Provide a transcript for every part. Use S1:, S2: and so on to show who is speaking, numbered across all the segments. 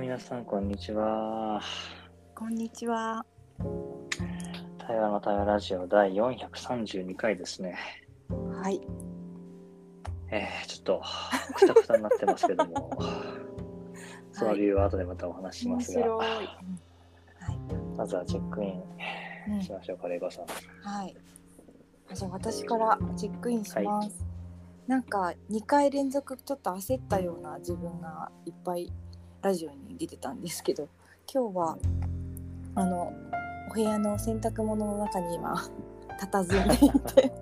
S1: 皆さん、こんにちは。
S2: こんにちは。
S1: 台湾の台湾ラジオ第432回ですね。
S2: はい。
S1: えー、ちょっと、くたくたになってますけど も、その理由は後でまたお話ししま
S2: 面
S1: す が、
S2: 白い。
S1: まずはチェックイン
S2: うん
S1: しましょうか、レイコさん。
S2: はい。あじゃあ私からチェックインします。なんか2回連続ちょっと焦ったような自分がいっぱいラジオに出てたんですけど、今日はあのお部屋の洗濯物の中に今佇んでいて、だ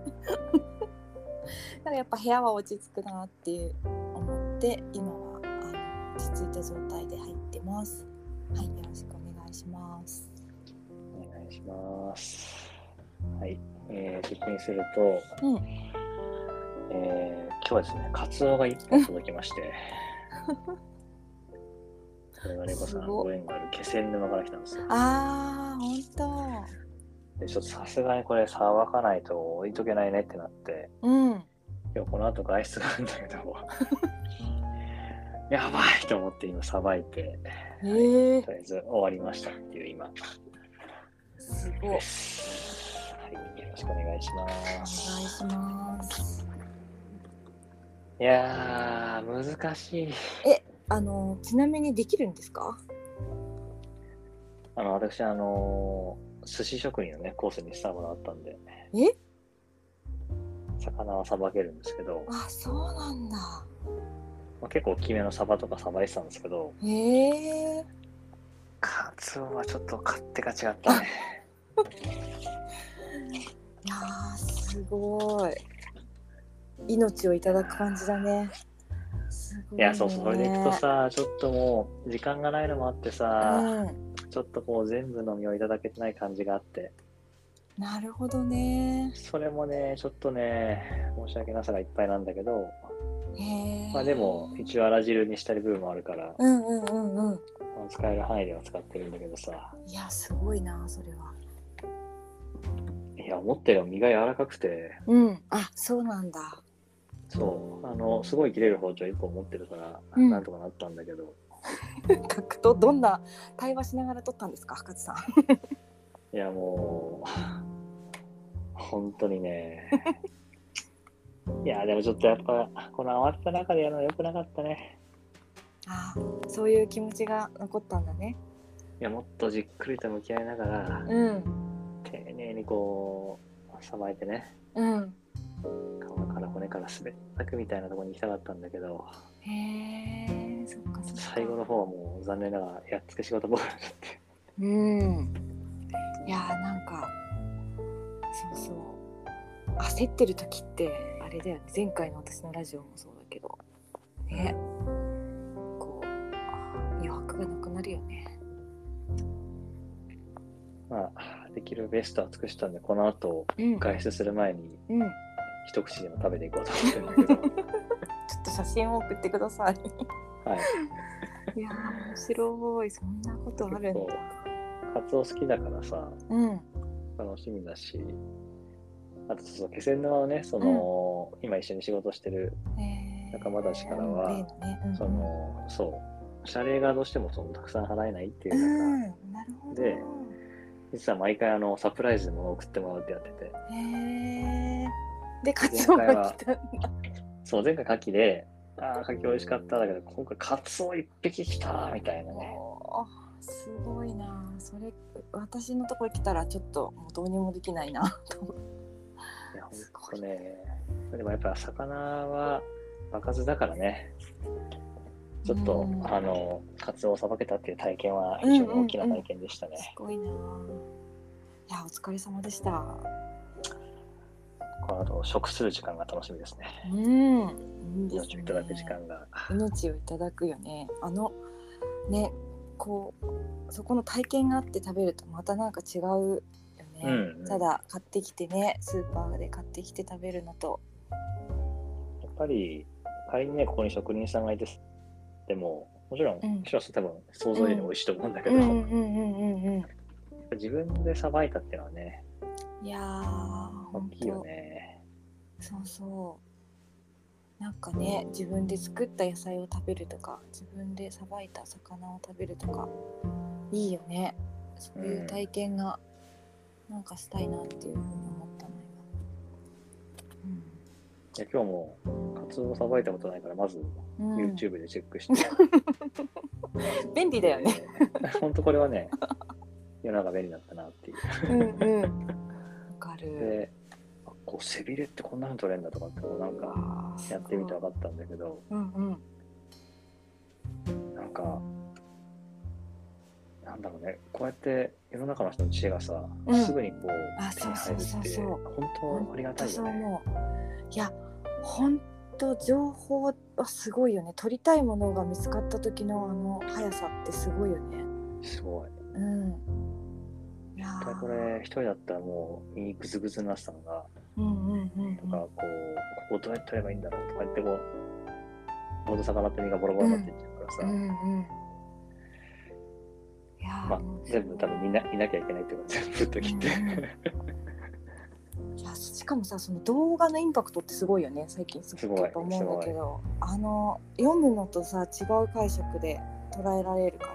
S2: からやっぱ部屋は落ち着くなっていう思って今はあの落ち着いた状態で入ってます。はい、よろしくお願いします。
S1: お願いします。はい。えー、チェックインすると、
S2: うん
S1: えー今日はですね、カツオが1本届きま して、これはレイコさん、
S2: すごい
S1: ご縁がある気仙沼から来たんですよ。
S2: ああ、本当。
S1: でちょっとさすがにこれさばかないと置いとけないねってなって
S2: うん。
S1: 今日この後外出があるんだけど やばいと思って今さばいて
S2: ええ
S1: とりあえず終わりましたっていう今
S2: すごい。お願
S1: です、はい、よろしくお願
S2: い
S1: いします
S2: します。
S1: いやー難しい
S2: あの、ちなみにできるんですか。
S1: あの私あのー寿司職人のねコースにスタバがあったんで
S2: え
S1: 魚はさばけるんですけど、
S2: あ、そうなんだ。
S1: まあ、結構大きめのサバとかさばいてたんですけど
S2: ええ
S1: カツオはちょっと勝手が違ったね
S2: いやー、すごい。命をいただく感じだね。すごい、ね。
S1: いや、そうそう、それでいくと。さ、ちょっともう、時間がないのもあってさ、
S2: うん。
S1: ちょっとこう、全部飲みをいただけてない感じがあって、
S2: なるほどね。
S1: それもね、ちょっとね、申し訳なさがいっぱいなんだけど、
S2: へえ。
S1: まあでも、一応、あら汁にしたり部分もあるから、
S2: うんうんうんうん。
S1: 使える範囲では使ってるんだけどさ、
S2: いや、すごいな、それは。
S1: いや、思ったより身が柔らかくて、
S2: うん。あ、そうなんだ。
S1: そう、あの、すごい切れる包丁1本持ってるから、
S2: うん
S1: なんとかなったんだけど、
S2: 格闘、どんな対話しながら撮ったんですか、博士さん。
S1: いや、もう、本当にね、いや、でもちょっとやっぱ、この慌てた中でやるの良くなかったね。
S2: あーそういう気持ちが残ったんだね。
S1: いやもっとじっくりと向き合いながら、
S2: うん。
S1: 丁寧にこうさばいてね
S2: うん。
S1: 皮から骨からすべったくみたいなところに行きたかったんだけど
S2: へえ、そっかそっか。
S1: 最後の方はもう残念ながらやっつけ仕事ボールになっちゃって
S2: うん。いやーなんか、そうそう。焦ってる時って、あれだよね。前回の私のラジオもそうだけど、ね。こう、余白がなくなるよね。
S1: まあできるベストは尽くしたんでこの後
S2: うん
S1: 外出する前に
S2: うん。ち
S1: 一
S2: ょ
S1: 口でも食べていこうと思ってるんだけ
S2: っと写真を送ってください。
S1: どはい
S2: いやー面白い。そんなことあるんだ。
S1: カツオ好きだからさ
S2: うん。
S1: 楽しみだしあとそうそう気仙沼のねその、今一緒に仕事してる
S2: へー
S1: 仲間たちからは
S2: うん例のねうん
S1: そのそう謝礼がどうしてもそのたくさん払えないっていううのが、
S2: ん、なるほど。
S1: で実は毎回あのサプライズで物を送ってもらうってやってて
S2: へえ。で、カツオが来たんだ。
S1: そう前回牡蠣で「ああ牡蠣美味しかった」だけど今回カツオ1匹来たみたいなね
S2: おーすごいな。それ、私のところ来たら、ちょっともうどうにもできないな。と思う
S1: いやほ
S2: す
S1: ん
S2: ご
S1: と
S2: い
S1: ねでもやっぱ魚は場数だからねちょっと、
S2: うん
S1: あのカツオをさばけたっていう体験は非常に大きな体験でしたね、
S2: すごいな。いや、お疲れ様でした。
S1: この後食する時間が楽しみですね
S2: うん。いいです
S1: 命を
S2: ね
S1: いただく時間が
S2: 命をいただくよね。あの。ね。こう。そこの体験があって食べると、またなんか違う。よね。
S1: うんうん
S2: ただ買ってきてねスーパーで買ってきて食べるのと
S1: やっぱり仮にねここに職人さんがいてでももちろ
S2: うん
S1: んシラス多分想像よりも美味しいと思うんだけ
S2: う
S1: ど、
S2: んうんうんうんう
S1: 自分でさばいたっていうのはね
S2: んいやー
S1: 大
S2: 本
S1: きいよ
S2: 当
S1: ね
S2: そうそうなんかね自分で作った野菜を食べるとか自分でさばいた魚を食べるとかいいよねそういううん体験がなんかしたいなっていうふうに思ったのよ、
S1: いや今日もカツオをさばいたことないからまず
S2: うんうん
S1: YouTube でチェック して、
S2: 便利だよね
S1: ほんとこれはね世の中便利だったなっていう
S2: うんうん わかる
S1: であこう背びれってこんなふうに取れるんだとかってこうなんか
S2: あー
S1: やってみて分かったんだけど
S2: うんうん
S1: なんかなんだろうねこうやって世の中の人の知恵がさ、
S2: うん
S1: すぐにこう
S2: あ
S1: 手に入る
S2: そ
S1: っ
S2: うそうそう
S1: て
S2: そう
S1: 本当ありがたいよ
S2: そう
S1: ね。
S2: 思ういや本当情報はすごいよね取りたいものが見つかった時のあの速さってすごいよね
S1: すごい。一
S2: うんいやー
S1: 回これ一人だったらもう身グズグズになってたのが
S2: うんうんうんうん
S1: とかこうここどうやって取ればいいんだろうとか言ってこうほど魚って身がボロボロになっていっちゃうからさ、
S2: うんうんいやー
S1: まあ
S2: もう
S1: 全部多分見ないなきゃいけないっていうか全部と切って。
S2: いやしかもさその動画のインパクトってすごいよね最近すごくやっぱ思うんだけどあの読むのとさ違う解釈で捉えられるから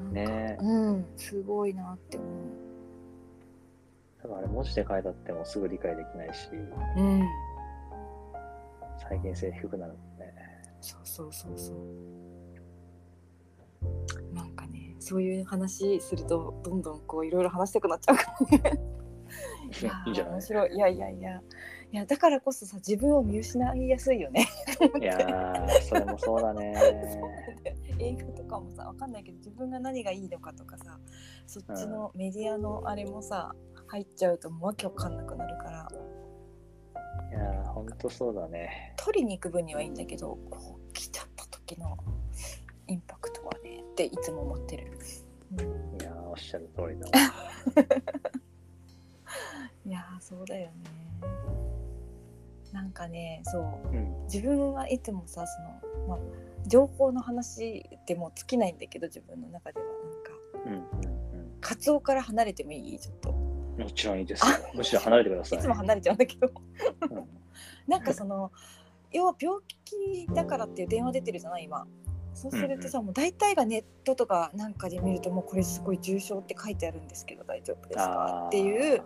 S2: なんか
S1: ね
S2: うんすごいなって思
S1: 多分あれ文字で書いたってもすぐ理解できないし
S2: ううん
S1: 再現性低くなるもんね。
S2: そうそうそうそうなんかねそういう話するとどんどんこういろいろ話したくなっちゃうからね
S1: い やいいんじゃない
S2: 面白いいやいやいやいやだからこそさ自分を見失いやすいよね
S1: いやー、それもそうだね。
S2: 映画とかもさわかんないけど自分が何がいいのかとかさそっちのメディアのあれもさ入っちゃうともうわけわかんなくなるから
S1: いやー、ほんとそうだね。
S2: 取りに行く分にはいいんだけどこう来ちゃった時のインパクトはねっていつも思ってる。
S1: いやー、おっしゃる通りだ わ。
S2: いやーそうだよねなんかねそう
S1: うん。
S2: 自分はいつもさその、まあ、情報の話でも尽きないんだけど自分の中ではなんか
S1: うん。うん
S2: カツオから離れてもいいちょっと
S1: うん。もちろんいいですよ。むしろ離れてくださ
S2: い
S1: い。
S2: つも離れちゃうんだけど
S1: うん
S2: なんかその要は病気だからっていう電話出てるじゃない今そうするとさ、もう大体がネットとかなんかで見るともうこれすごい重症って書いてあるんですけど大丈夫ですか
S1: あー
S2: っていう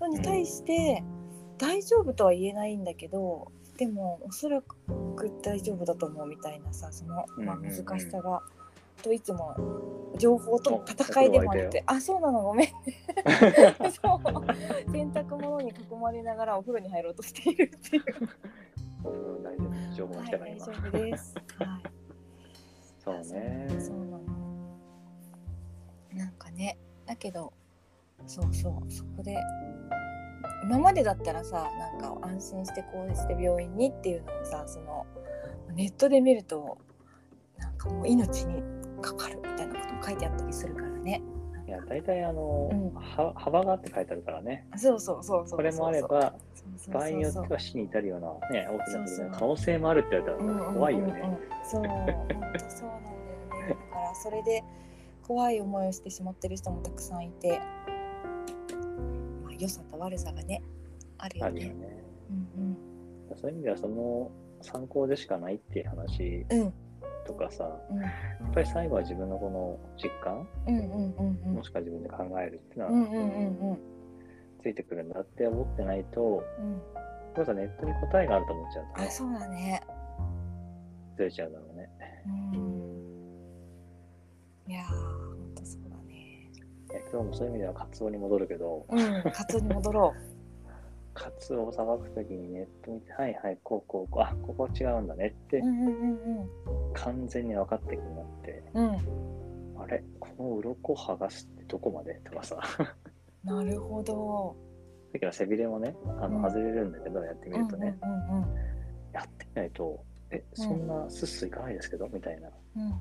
S2: のに対して、大丈夫とは言えないんだけどでもおそらく大丈夫だと思うみたいなさその、まあ、
S1: うんうん
S2: 難
S1: うん
S2: しさが、といつも情報との戦いでもあってあそうなのごめんねそう洗濯物に囲まれながらお風呂に入ろうとしているっていう。
S1: うん大丈夫。情報が
S2: は
S1: 来
S2: い、
S1: たから
S2: 大
S1: 今
S2: 丈。夫です。はい
S1: そうね。
S2: そうなの。なんかね、だけど、そうそう、そこで。今までだったらさ、なんか安心してこうして病院にっていうのをさ、その。ネットで見ると。なんかもう命にかかるみたいなことも書いてあったりするからね。
S1: いや、大体あの、
S2: うん
S1: は幅があって書いてあるからね。
S2: そうそうそうそう。
S1: これもあれば、
S2: そうそうそうそう。
S1: 場合によっては死に至るような、ね、大きなことになる可能性もあるって言われた
S2: うんうんうんう
S1: ら
S2: ん
S1: 怖いよね。
S2: そう、本当そうなんだよね。だからそれで怖い思いをしてしまってる人もたくさんいて、まあ良さと悪さがねある
S1: あ
S2: よ
S1: るよ
S2: ね。
S1: ね。
S2: うん
S1: そういう意味では、その参考でしかないっていう話
S2: うんうん
S1: とかさ、や
S2: うん
S1: っぱり最後は自分のこの実感
S2: うんうんうん
S1: もしくは自分で考えるっていうの
S2: うん
S1: は
S2: うんうんうん
S1: ついてくるんだって思ってないと、
S2: うん。
S1: まずネットに答えがあると思っちゃうと
S2: あ、
S1: ね、
S2: そうだね。
S1: ずれちゃうだろうね。
S2: うん。いやー、本当そうだね。
S1: いや今日もそういう意味ではカツオに戻るけど、
S2: うん、カツオに戻ろう。
S1: カツオをさばくときにネット見て、はいはい、こうこうこう、あ、ここ違うんだね って
S2: うんうんうん
S1: 完全に分かってくるようになって、
S2: うん。うん。
S1: あれ、この鱗剥がすってどこまでとかさ、 さ
S2: なるほど。
S1: っきの背びれもね、あ
S2: うん
S1: の外れるんだけど、やってみるとね、
S2: うんうんうんうん。
S1: やってみないと、え、そんなスッスいかないですけど、みたいな。
S2: うんうんうん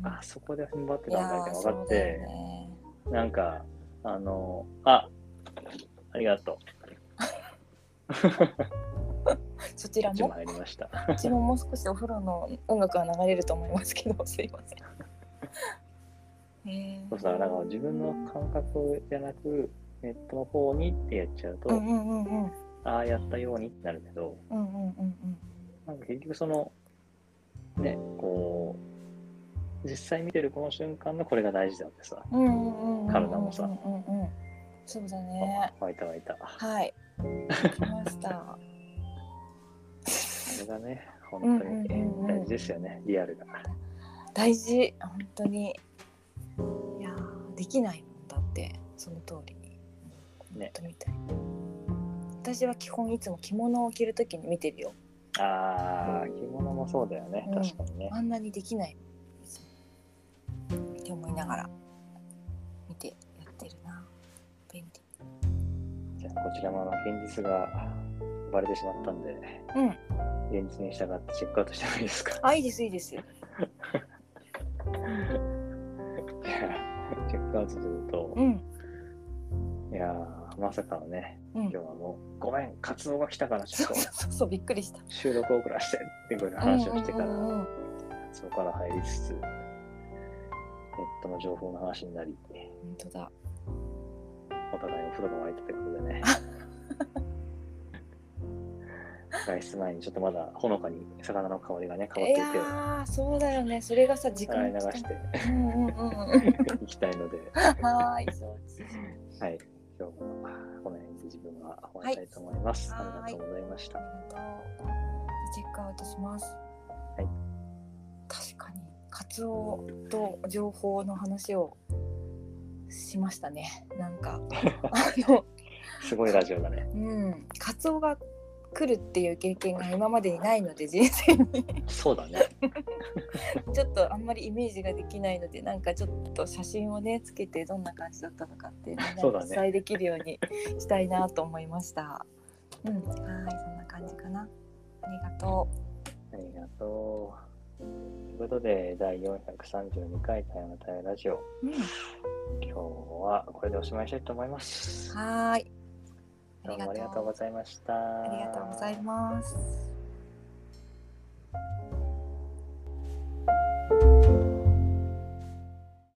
S2: うん。
S1: あそこで踏ん張って
S2: い
S1: た
S2: や
S1: んだって
S2: ー、
S1: 分
S2: そ
S1: かっ
S2: う
S1: て、
S2: だよね。
S1: なんかあのあありがとう
S2: そちら
S1: こっちも
S2: も、
S1: 入りました
S2: こっちももう少しお風呂の音楽が流れると思いますけど、す いません。えー
S1: そうさなんか自分の感覚じゃなくネットの方にってやっちゃうと、
S2: うんうんうんうん
S1: ああやったようにってなるけど
S2: うんうんうんうん
S1: なんか結結局その、ね、こう、実際見てるこの瞬間のこれが大事だってさ、
S2: うんうんうんうん
S1: 体もさ
S2: うんうんうんそうだね
S1: あ湧いた湧いた。
S2: はい来ました
S1: それがね、本当に
S2: うんうんうんうん
S1: 大事ですよね、リアルが。
S2: 大事本当にいやーできないもんだってその通りに
S1: ね
S2: 本当みたい私は基本いつも着物を着るときに見てるよ
S1: ああ、着物もそうだよね、
S2: うん
S1: 確かにね。
S2: あんなにできないって思いながら見てやってるな便利
S1: じゃあこちらもあの現実がバレてしまったんで、現実に従ってチェックアウトしてもいいですか。
S2: あいいですいいです
S1: いやチェックアウトすると、
S2: うん
S1: いやーまさかのね、
S2: うん
S1: 今日はもう、ごめん、カツオが来たから、ちょっ
S2: そ
S1: と
S2: うそうそうそうびっくりした
S1: 収録遅らしてっていうふうな話をしてから、
S2: うんうんうんうん
S1: そこから入りつつ、ネットの情報の話になり、
S2: 本当だ
S1: お互いお風呂が沸いたということで ね。外出前にちょっとまだほのかに魚の香りがね変わっ
S2: い
S1: ていて
S2: やーそうだよねそれがさ時
S1: 洗い
S2: 間
S1: 流
S2: かか
S1: して
S2: うんうんうんうん
S1: いきたいので、
S2: はーい承知しました
S1: はい、今日もこの辺で自分は終わりたいと思います。
S2: はい
S1: ありがとうございました
S2: あ。りがとう。チェックアウトします。
S1: い
S2: 確かに、カツオと情報の話をしましたね。な んか、あの、
S1: すごいラジオだ ね。
S2: うん、カツオが来るっていう経験が今までにないので、人生に
S1: そうだね。
S2: ちょっとあんまりイメージができないので、なんかちょっと写真をね、つけてどんな感じだったのかって、みんな
S1: そうだね
S2: にお伝えできるようにしたいなと思いました。うん、はい、そんな感じかな。ありがと
S1: ありがとう。ということで、第432回台湾対ラジオ、
S2: う。うん
S1: 今日はこれでおしまいにしたいと思います。
S2: はーい。あ
S1: どう
S2: りが
S1: もありがと
S2: と
S1: う
S2: う。
S1: ございました。
S2: ありがとうございます。